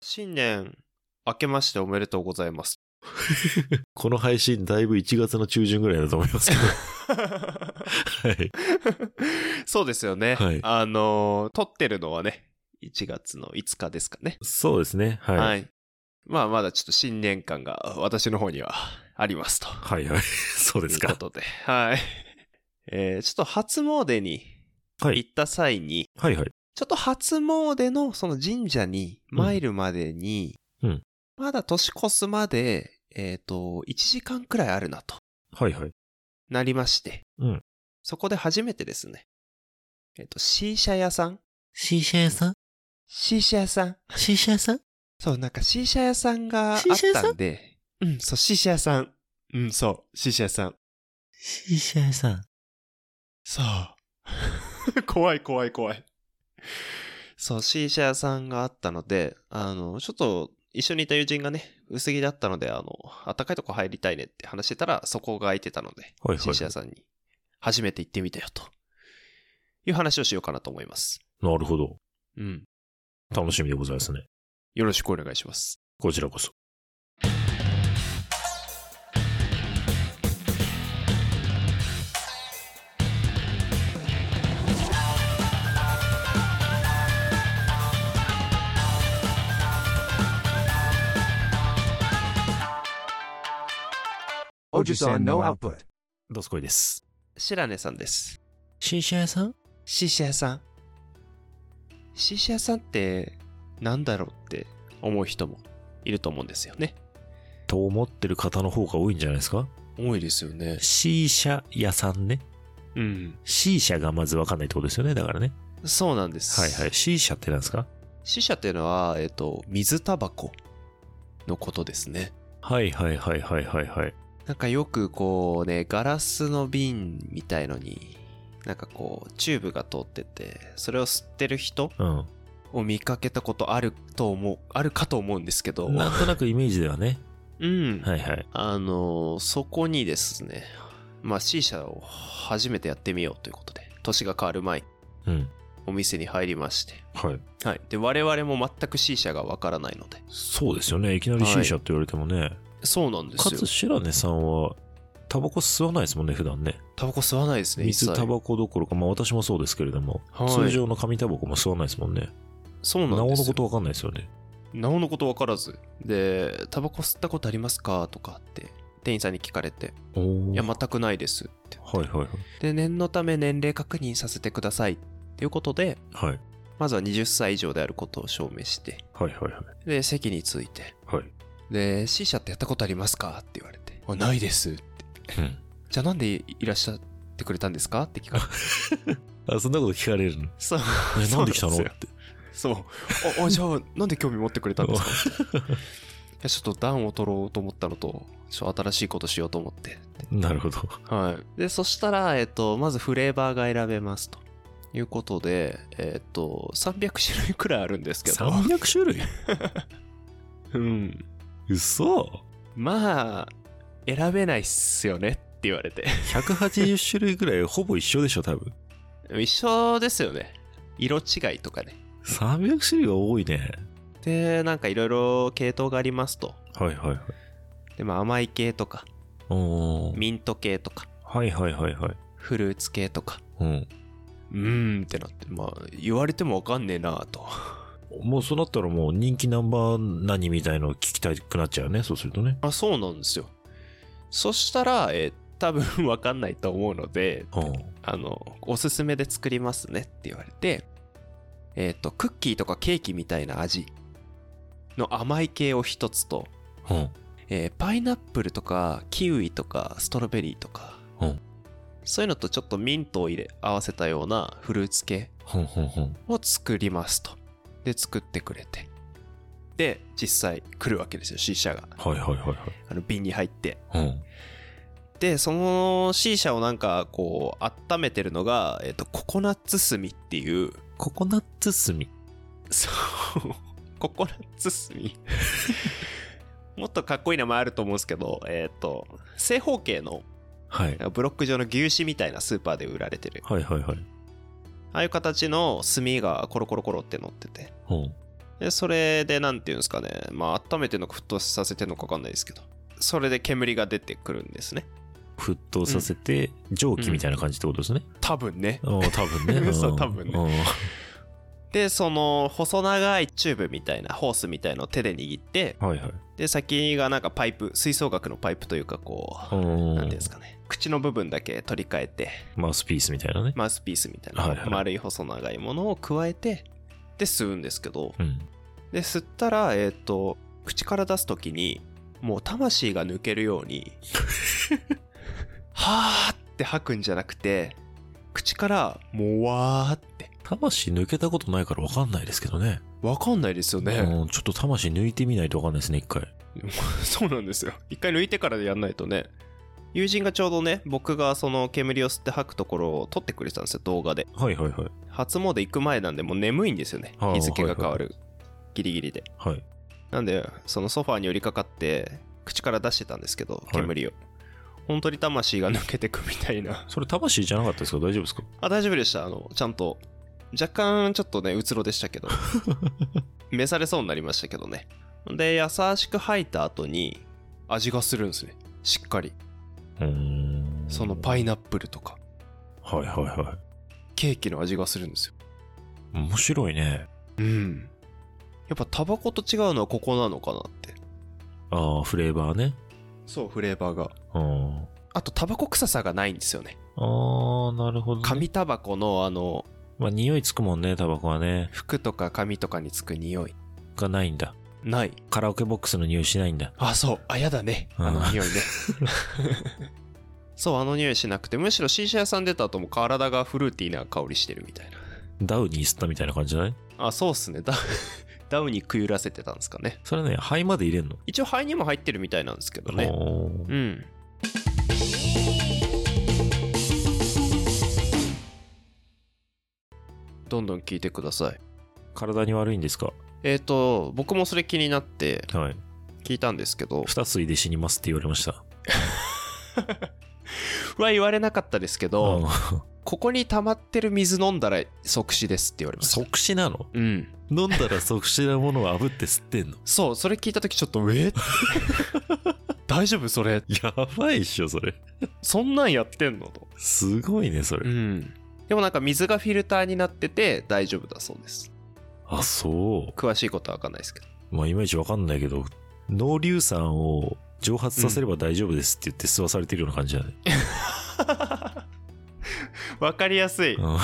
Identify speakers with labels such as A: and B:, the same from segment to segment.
A: 新年明けましておめでとうございます。
B: この配信だいぶ1月の中旬ぐらいだと思いますけど。はい。
A: そうですよね。
B: はい
A: あのー撮ってるのはね、1月の5日ですかね。
B: そうですね。はい。
A: は。
B: はいい、
A: まあ、まだちょっと新年感が私の方にはありますと。
B: はい、 そうです
A: という
B: か。
A: ことで。はい。 えーちょっと初詣に
B: は
A: 行
B: い。
A: った際に、
B: はいはい。
A: ちょっと初詣のその神社に参るまでに、
B: うんうん
A: まだ年越すまで、えっ、と、1時間くらいあるなと
B: はいはい。
A: なりまして、
B: うん
A: そこで初めてですね、えっ、と、シーシャ屋さん
B: シーシャ屋さん
A: シーシャ屋さん
B: シーシャ屋さん
A: そう、なんかシーシャ屋さんがあっ
B: シーシャ屋さん
A: たんで、うん、そう、シーシャ屋さん。うん、そう、シーシャ屋さん。
B: シーシャ屋さん。
A: そう。 怖い怖い怖い。そう、シーシャ屋さんがあったので、あの、ちょっと一緒にいた友人がね、薄着だったので、あの、暖かいとこ入りたいねって話してたら、そこが空いてたので、
B: はいはい
A: シーシャ屋さんに初めて行ってみたよと。いう話をしようかなと思います。
B: なるほど。
A: うん。
B: 楽しみでございますね。
A: よろしくお願いします。
B: こちらこそ。
C: Ojusan no output.
B: どすこいです。
A: 白根さんです。
B: シーシャ屋さん
A: シーシャ屋さん。シーシャ屋さんって、なんだろうって思う人もいると思うんですよね。
B: と思ってる方の方が多いんじゃないですか
A: 多いですよね。
B: シーシャ屋さんね。
A: うん。
B: シーシャがまずわかんないってことですよね。だからね。
A: そうなんです。
B: はいはい。。シーシャってなんですか
A: 死者っていうのは、えっ、と、水タバコのことですね。
B: はいはいはいはいはいはい。
A: なんかよくこうね、ガラスの瓶みたいのに、なんかこう、チューブが通ってて、それを吸ってる人
B: うん。
A: を見かけたことあると思う、あるかと思うんですけど、
B: なんとなくイメージではね。
A: うん。
B: はいはい。
A: あのーそこにですね、まあ C 社を初めてやってみようということで、年が変わる前に
B: うん。
A: お店に入りまして、
B: はい。
A: はい。で、我々も全く C 社がわからないので、
B: そうですよね。いきなり C 社って言われてもね。
A: そうなんです
B: か
A: よ。
B: つ、白根さんは、タバコ吸わないですもんね、普段ね。
A: タバコ吸わないですね。一
B: 水
A: 切
B: タバコどころか、まあ私もそうですけれども、
A: はい
B: 通常の紙タバコも吸わないですもんね。
A: そう
B: な
A: なんで
B: おの
A: す
B: こ
A: よ。
B: とわかんないですよね。
A: なおのこと分からず。で、タバコ吸ったことありますかとかって、店員さんに聞かれて、
B: お
A: い
B: ー
A: や、全くないですって。
B: はいはい
A: で、念のため年齢確認させてください。っていうことで、
B: はい。はい。
A: まずは20歳以上であることを証明して、
B: はいはいは
A: で、席に着いて、
B: い。はい。
A: で、C 社ってやったことありますかって言われて、あ、ないです。
B: うん。
A: じゃあなんでいらっしゃってくれたんですかって聞かれて、
B: あ、そんなこと聞かれるの。
A: そう
B: え、なんで来たの
A: そうなんです
B: っ
A: よ
B: て。
A: そう。あ、あじゃあ、なんで興味持ってくれたんですか いやちょっと暖を取ろうと思ったのと、ちょっと新しいことしようと思って。
B: なるほど。
A: はい。で、そしたら、えっと、まずフレーバーが選べますと。いうことで、えっと、300種類くらいあるんですけど。
B: 300種類
A: うん。
B: 嘘
A: まあ、選べないっすよねって言われて。
B: ?180 種類ぐらいほぼ一緒でしょ、多分。
A: 一緒ですよね。色違いとかね。
B: 300種類は多いね。
A: で、なんかいろいろ系統がありますと。
B: はいはいはい。
A: で、まあ甘い系とか、
B: おー
A: ミント系とか、
B: はいはいはいはい。
A: フルーツ系とか。
B: うん。
A: うーんってなって、まあ、言われてもわかんねえなと。
B: もうそうなったらもう人気ナンバー何みたいのを聞きたくなっちゃうね。そうするとね。
A: あ、そうなんですよ。そしたら、えー多分わかんないと思うので、
B: うん。
A: あの、おすすめで作りますねって言われて、えっ、と、クッキーとかケーキみたいな味の甘い系を一つと、
B: うん。
A: えーパイナップルとかキウイとかストロベリーとか、
B: うん
A: そういうのとちょっとミントを入れ合わせたようなフルーツ系
B: ほんほんほん。
A: を作りますと。で、作ってくれて。で、実際来るわけですよ、C 社が。
B: はいはいはい
A: あの、瓶に入って。
B: はい。うん。
A: で、その C 社をなんか、こう、温めてるのが、えっ、と、ココナッツ炭っていう、
B: ココナッツ炭。
A: そう、ココナッツ 炭。もっとかっこいい名前あると思うんですけど、えっ、と、正方形の
B: はい。
A: ブロック状の牛脂みたいなスーパーで売られてる。
B: はいはいはい。
A: ああいう形の炭がコロコロコロって乗ってて。
B: うん。
A: でそれでなんていうんですかねまあ温めてんのか沸騰させてんのか分かんないですけどそれで煙が出てくるんですね
B: 沸騰させて、蒸気みたいな感じってことですね。
A: 多分ね
B: うん、多分 ね。ん
A: そう多分ねでその細長いチューブみたいなホースみたいのを手で握って
B: うんはいはい。
A: で先がなんかパイプ吹奏楽のパイプというかこう
B: うん
A: なんていうんですかね口の部分だけ取り替えて
B: マウスピースみたいなね。
A: マウスピースみたい
B: はいは
A: ない丸い細長いものを加えてで吸うんですけど
B: うん。
A: で吸ったらえっ、と口から出す時にもう魂が抜けるよう にはーって吐くんじゃなくて口からもわーって
B: 魂抜けたことないから分かんないですけどね。
A: わかんないですよね、
B: うん、ちょっと魂抜いてみないと分かんないですね、一回。
A: そうなんですよ一回抜いてからやんないとね友人がちょうどね僕がその煙を吸って吐くところを撮ってくれてたんですよ動画で
B: はいはいはい。
A: 初詣行く前なんでもう眠いんですよね
B: ああ
A: 日付が変わるギリギリで
B: はい。
A: なんでそのソファーに寄りかかって口から出してたんですけど
B: い
A: 煙を、本当に魂が抜けてくみたい な
B: それ魂じゃなかったですか大丈夫ですか
A: あ大丈夫でしたあのちゃんと若干ちょっとねうつろでした けど召されそうになりましたけどねで優しく吐いた後に味がするんですねしっかり
B: うーん。
A: そのパイナップルとか
B: はいはいは
A: ケーキの味がするんですよ
B: い。面白いね。
A: うんやっぱタバコと違うのはここなのかなって
B: ああ、フレーバーね。
A: そうフレーバーが
B: うん。
A: あとタバコ臭さがないんですよね
B: ああ、なるほど、ね。
A: 紙タバコのあの
B: まあ、匂いつくもんね、タバコはね。
A: 服とか髪とかにつく匂い
B: がないんだ。
A: ない
B: カラオケボックスの匂いしないんだ。
A: あそうあやだねあの
B: う ん
A: 匂いねそうあの匂いしなくてむしろ C 社屋さん出た後も体がフルーティーな香りしてるみたいな
B: ダウに吸ったみたいな感じじゃない
A: あそうっすねダウ ダウにくゆらせてたんですかね
B: それね、肺まで入れんの。
A: 一応肺にも入ってるみたいなんですけどね
B: おー
A: うん。どんどん聞いてください。
B: 体に悪いんですか
A: えっ、と、僕もそれ気になって
B: はい。
A: 聞いたんですけ ど、
B: 二吸いで死にますって言われました。
A: は言われなかったですけど、
B: うん
A: ここに溜まってる水飲んだら即死ですって言われました。
B: 即死なの
A: うん。
B: 飲んだら即死なものを炙って吸ってんの
A: そう、それ聞いたときちょっと、え 大丈夫それ
B: やばいっしょ、それ。
A: そんなんやってんのと。
B: すごいね、それ。
A: うん。でもなんか水がフィルターになってて大丈夫だそうです。
B: あ、そ
A: 詳しいことはわかんないですけど。
B: う。まあ、いまいちわかんないけど、脳硫酸を蒸発させれば大丈夫ですって言って吸わされてるような感じだね。
A: わかりやすい
B: うん、あ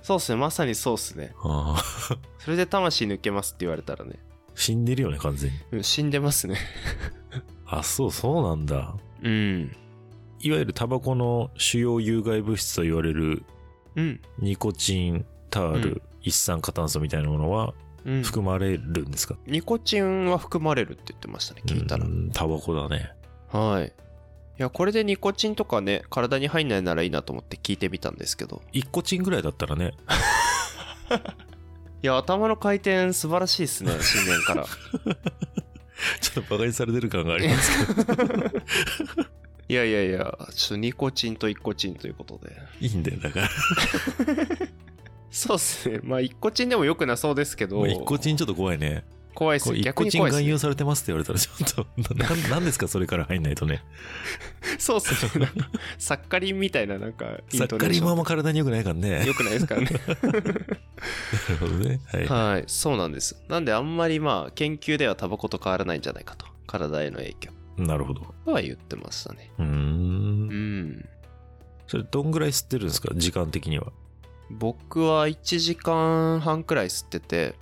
A: そうっすね、まさにそうっすね。
B: あ。
A: それで魂抜けますって言われたらね、
B: 死んでるよね、完全に。
A: うん死んでますね。
B: あ、そう、そうなんだ。
A: うん。
B: いわゆるタバコの主要有害物質と言われる
A: うん。
B: ニコチン、タール、
A: うん
B: 一酸化炭素みたいなものは
A: うん、
B: 含まれるんですか、
A: ニコチンは含まれるって言ってましたね、聞いたら
B: う。んタバコだね。
A: はい。いや、これでニコチンとかね、体に入んないならいいなと思って聞いてみたんですけど。
B: 一個チンぐらいだったらね、
A: いや、頭の回転素晴らしいっ すね、新年から。
B: ちょっと馬鹿にされてる感があり ますけど、
A: いやいやいや、ちょっとニコチンとイコチンということで。
B: いいんだよ、だから。
A: そうっすね。まあ、イコチンでも良くなそうですけど。
B: まあ一個チンちょっと怖いね。
A: 怖いっす
B: これ
A: ね。
B: 一
A: 逆
B: 個
A: に
B: チン
A: 怖いっす
B: 含
A: ね。
B: 有されてますって言われたら、ちょっと、なななんですか、それから入んないとね。
A: そうっすね。 なんかサッカリンみたいな、なんか、イ
B: さ
A: ン
B: っ
A: ト
B: か
A: ネー
B: り
A: ション
B: まま体に良く ないからね。
A: 良くないですからね。
B: なるほどね。はい。
A: はい、そうなんです。なんであんまりまあ研究ではタバコと変わらないんじゃないかと。体への影響。
B: なるほど。
A: とは言ってましたね。
B: うー。
A: うんん。
B: それ、どんぐらい吸ってるんですか、時間的には。
A: 僕は1時間半くらい吸ってて、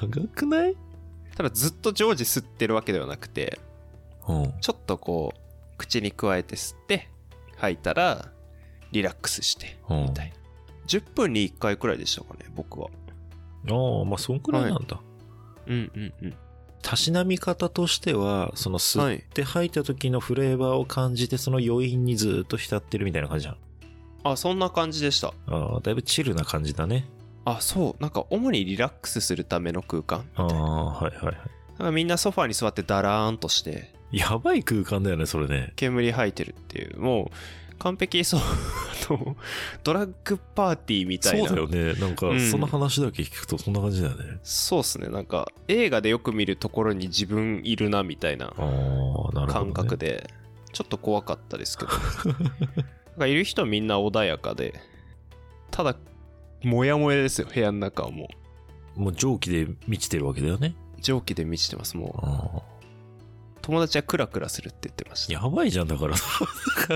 B: 長くない
A: ただずっと常時吸ってるわけではなくて、
B: うん。
A: ちょっとこう、口に加えて吸って、吐いたら、リラックスして、
B: うん
A: みたいな。10分に1回くらいでしたかね、僕は。
B: ああ、まあ、そんくらいなんだ。
A: うんうんうん。
B: たしなみ方としては、その
A: は
B: 吸っ
A: い。
B: て吐いた時のフレーバーを感じて、その余韻にずっと浸ってるみたいな感じじゃん。
A: あ、そんな感じでした。
B: ああ、だいぶチルな感じだね。
A: あ、そう。なんか主にリラックスするための空間。
B: ああ、はいはいは
A: なんかみんなソファーに座ってダラーンとして、
B: い。やばい空間だよね、それね。
A: 煙吐いてるっていうもう完璧そう あのドラッグパーティーみたい
B: そ
A: な
B: うだよね。なんか
A: う、ん
B: その話だけ聞くとそんな感じだよね。
A: そうっすねなんか映画でよく見るところに自分いるなみたいな
B: ああ、なるほど、ね。
A: 感覚で、ちょっと怖かったですけ どなんかいる人はみんな穏やかでただモヤモヤですよ部屋の中はも
B: もう蒸気で満ちてるわけだよね。
A: う蒸気で満ちてますもう
B: ああ。
A: 友達はクラクラするって言ってました
B: やばいじゃん、だから。な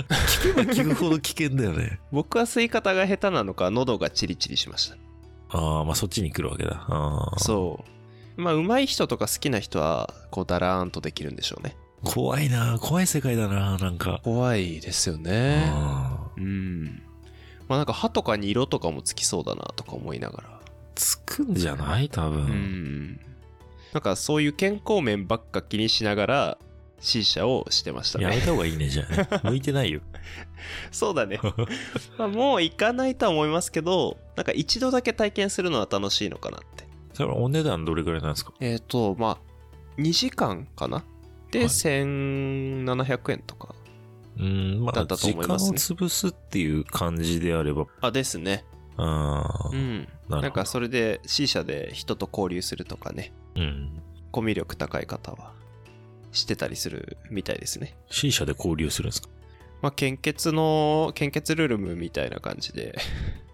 B: んか聞けば聞くほど危険だよ ね。
A: 僕は吸い方が下手なのか喉がチリチリしました
B: ああ、まあそっちに来るわけだ。ああ。
A: そうまあ上手い人とか好きな人はこうだらーんとできるんでしょうね
B: 怖いな怖い世界だななんか。
A: 怖いですよね
B: ああ
A: うんまあなんか歯とかに色とかもつきそうだなとか思いながら
B: つくんじゃない多
A: うん、
B: 分。
A: なんかそういう健康面ばっか気にしながら C 社をしてました
B: やめ
A: ね
B: た方がいいね、じゃあね、 向いてないよ。
A: そう だねまあもう行かないとは思いますけどなんか一度だけ体験するのは楽しいのかなって
B: それお値段どれくらいなんですか
A: えっ、とまあ2時間かなで、
B: はい
A: 1700円とか
B: うん、ま
A: だ
B: あ、
A: ったと
B: 時
A: 思い
B: 間を
A: ますね
B: 潰すっていう感じであれば、
A: あですね
B: ああ、
A: うん
B: な
A: な
B: る
A: ん
B: ほ
A: か
B: ど。
A: それで C 社で人と交流するとかね
B: うん。
A: コミュ力高い方はしてたりするみたいですね
B: C 社で交流するんですか
A: まあ献血の献血ルームみたいな感じで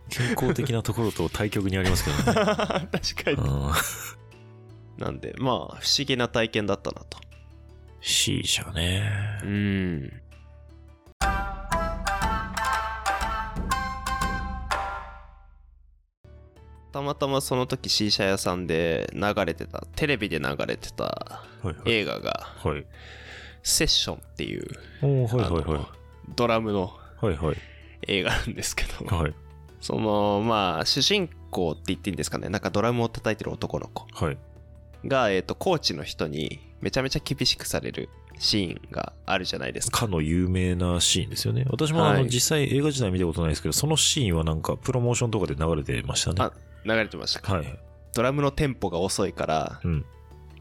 B: 健康的なところと対極にありますけ どね。
A: 確か
B: う
A: に
B: ん、
A: なんでまあ不思議な体験だったなと
B: C 社ね。
A: うんたまたまその時 C 社屋さんで流れてたテレビで流れてた
B: はいはい。
A: 映画が
B: はい。
A: 「セッション」っていう
B: おーはいはい
A: あの
B: は
A: ドラムの
B: い。はいはい。
A: 映画なんですけど
B: はい。
A: そのまあ主人公って言っていいんですかねなんかドラムを叩いてる男の子
B: はい。
A: が、えっとコーチの人にめちゃめちゃ厳しくされるシーンがあるじゃないですか
B: かの有名なシーンですよね。私もあの、
A: はい
B: 実際映画自体見たことないですけど、そのシーンはなんかプロモーションとかで流れてましたね。
A: あ流れてましたか
B: はい。
A: ドラムのテンポが遅いから、
B: うん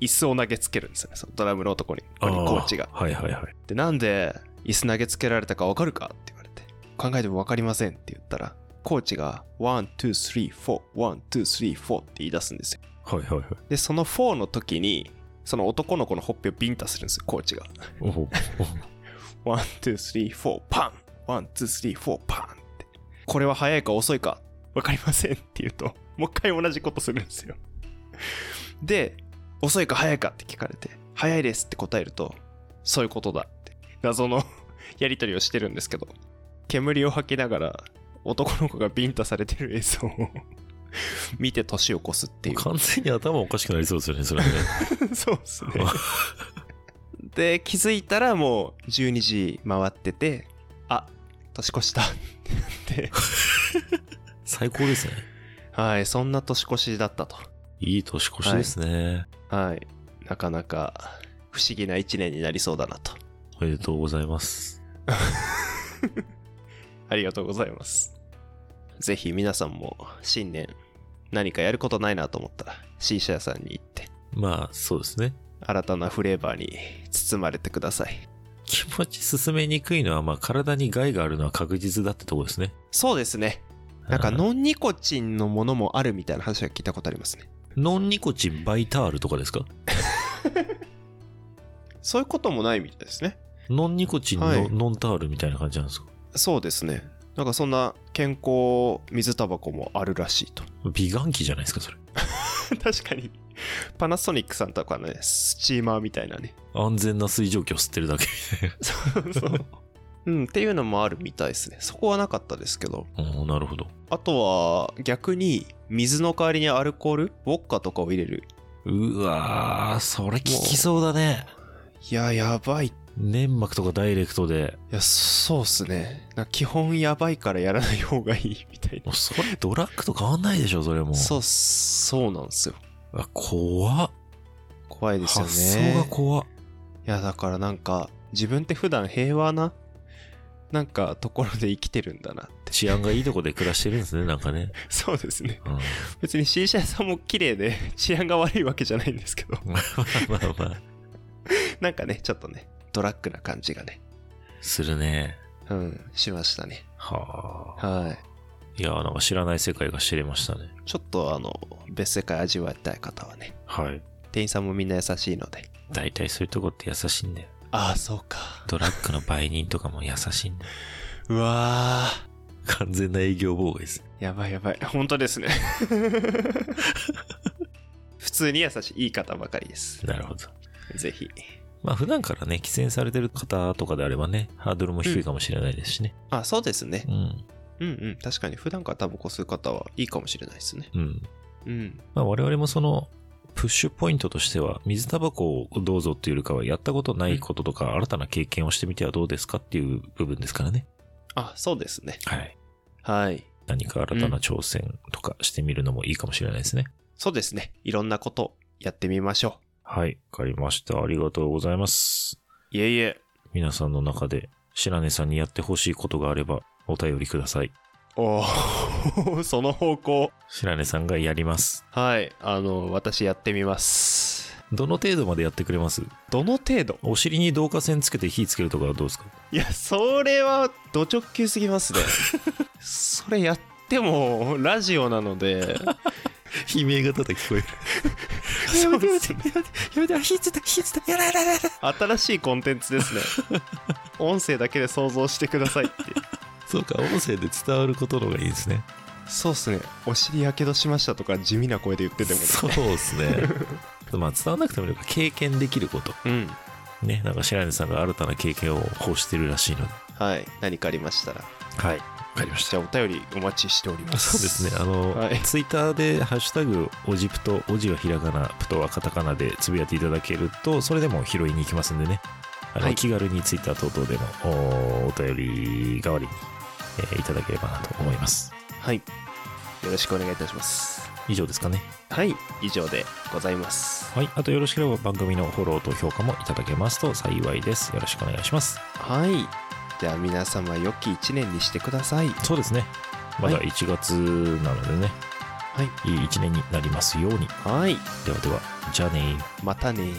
A: 椅子を投げつけるんですよねそのドラムの男にここにコーチが
B: あはいはいはい。
A: でなんで椅子投げつけられたか分かるかって言われて考えても分かりませんって言ったらコーチが12341234って言い出すんですよ
B: はい はいはい。
A: でその4の時にその男の子のほっぺをビンタするんですよコーチが
B: おほ
A: ワン、ツー、スリー、フォー、パンワン、ツー、スリー、フォー、パンって。これは早いか遅いかわかりませんって言うと、もう一回同じことするんですよ。で、遅いか早いかって聞かれて、早いですって答えると、そういうことだって、謎の やりとりをしてるんですけど、煙を吐きながら、男の子がビンタされてる映像を 見て年を越すっていう。
B: 完全に頭おかしくなりそうですよね、 それね。
A: そうっすね。 で、気づいたらもう12時回ってて、あ年越したって
B: 最高ですね。
A: はい、そんな年越しだったと。
B: いい年越しですね。
A: はい、なかなか不思議な一年になりそうだなと。
B: おめでとうございます。
A: ありがとうございます。ぜひ皆さんも新年何かやることないなと思ったら C 社屋さんに行って
B: まあ、そうですね。
A: 新たなフレーバーに包まれてください。
B: 気持ち進めにくいのは、まあ、体に害があるのは確実だってとこですね。
A: そうですね。なんか
B: うん
A: ノンニコチンのものもあるみたいな話は聞いたことありますね。
B: ノンニコチンバイタールとかですか
A: そういうこともないみたいですね。
B: ノンニコチン
A: は
B: の
A: い
B: ノンタールみたいな感じなんですか、
A: そうですね。なんかそんな健康水タバコもあるらしいと。
B: 美顔器じゃないですか、それ。
A: 確かに。パナソニックさんとかね、スチーマーみたいなね。
B: 安全な水蒸気を吸ってるだけ。
A: そう そう。うん、っていうのもあるみたいですね。そこはなかったですけど。
B: うんなるほど。
A: あとは逆に水の代わりにアルコール、ウォッカとかを入れる。
B: うわー、それ効きそうだね。
A: いや、やばい。い
B: 粘膜とかダイレクトで。
A: や、そうっすね。なんか基本やばいからやらない方がいいみたい
B: もうそれドラッグと変わんないでしょ、それも。
A: な。そう、そうなんですよ。
B: うわ。怖っ。
A: 怖いですよね。
B: 発想が怖っ。
A: いやだからなんか自分って普段平和ななんかところで生きてるんだな って
B: 治安がいいとこで暮らしてるんですね、なんかね。
A: そうですね
B: うん、ま
A: 別に C 社さんも綺麗で治安が悪いわけじゃないんですけど
B: あまあまあ。
A: なんかねちょっとねドラッグな感じがね
B: するね。
A: うん、しましたね。
B: はあ。
A: はい。
B: いやー、なんか知らない世界が知れましたね。
A: ちょっとあの、別世界味わいたい方はね、
B: はい。
A: 店員さんもみんな優しいので。
B: 大体そういうとこって優しいんだよ。
A: ああ、そうか。
B: ドラッグの売人とかも優しいんだよ。
A: うわあ。
B: 完全な営業妨害です。
A: やばいやばい。本当ですね。 普通に優しいいい方ばかりです。
B: なるほど。
A: ぜひ。
B: まあ普段からね、喫煙されてる方とかであればね、ハードルも低いかもしれないですしね。
A: あ、そうですね。
B: うん。
A: うんうん。確かに普段からタバコ吸う方はいいかもしれないですね。
B: うん。
A: うん。
B: まあ我々もその、プッシュポイントとしては、水タバコをどうぞっていうよりかは、やったことないこととか、新たな経験をしてみてはどうですかっていう部分ですからね。
A: あ、そうですね。
B: はい。
A: はい。
B: 何か新たな挑戦とかしてみるのもいいかもしれないですね。
A: そうですね。いろんなことやってみましょ
B: はい。わかりました。ありがとうございます。
A: う。いえいえ。
B: 皆さんの中で、白根さんにやってほしいことがあれば、お便りください。
A: おお、 その方向。
B: 白根さんがやります。
A: はい。あの、私やってみます。
B: どの程度までやってくれます
A: どの程度
B: お尻に導火線つけて火つけるとかはどうですか
A: いや、それは、ド直球すぎますね。 それやっても、ラジオなので。
B: 悲鳴がただ聞こえる。
A: やめてやめて
B: やめて、やめて、火ついた、火ついた、やらやらやら。
A: 新しいコンテンツです ね音声だけで想像してくださいって
B: そうか、音声で伝わることの方がいいですね。
A: そうっすねお尻やけどしましたとか地味な声で言ってても
B: そうですね。まあ、伝わらなくてもいいから経験できること。
A: うん
B: ね、なんか白根さんが新たな経験を欲してるらしいので。
A: はい何かありましたら
B: はい。わかりました。
A: じゃあお便りお待ちしております
B: そうですね。あの、
A: はい
B: ツイッターで、ハッシュタグ、おじプと、おじはひらがな、プとはカタカナでつぶやいていただけると、それでも拾いに行きますんでね。あの、
A: はい
B: 気軽にツイッター等々でもお、お便り代わりに、えーいただければなと思います。
A: はいよろしくお願いいたします
B: 以上ですかね。
A: はい以上でございます
B: はい。あとよろしければ番組のフォローと評価もいただけますと幸いです。よろしくお願いします。
A: はいじゃあ皆様良き1年にしてください
B: そうですね。まだ
A: は
B: 1月なのでね、
A: はい
B: いい1年になりますように。
A: はい
B: ではでは、じゃあねー。
A: またね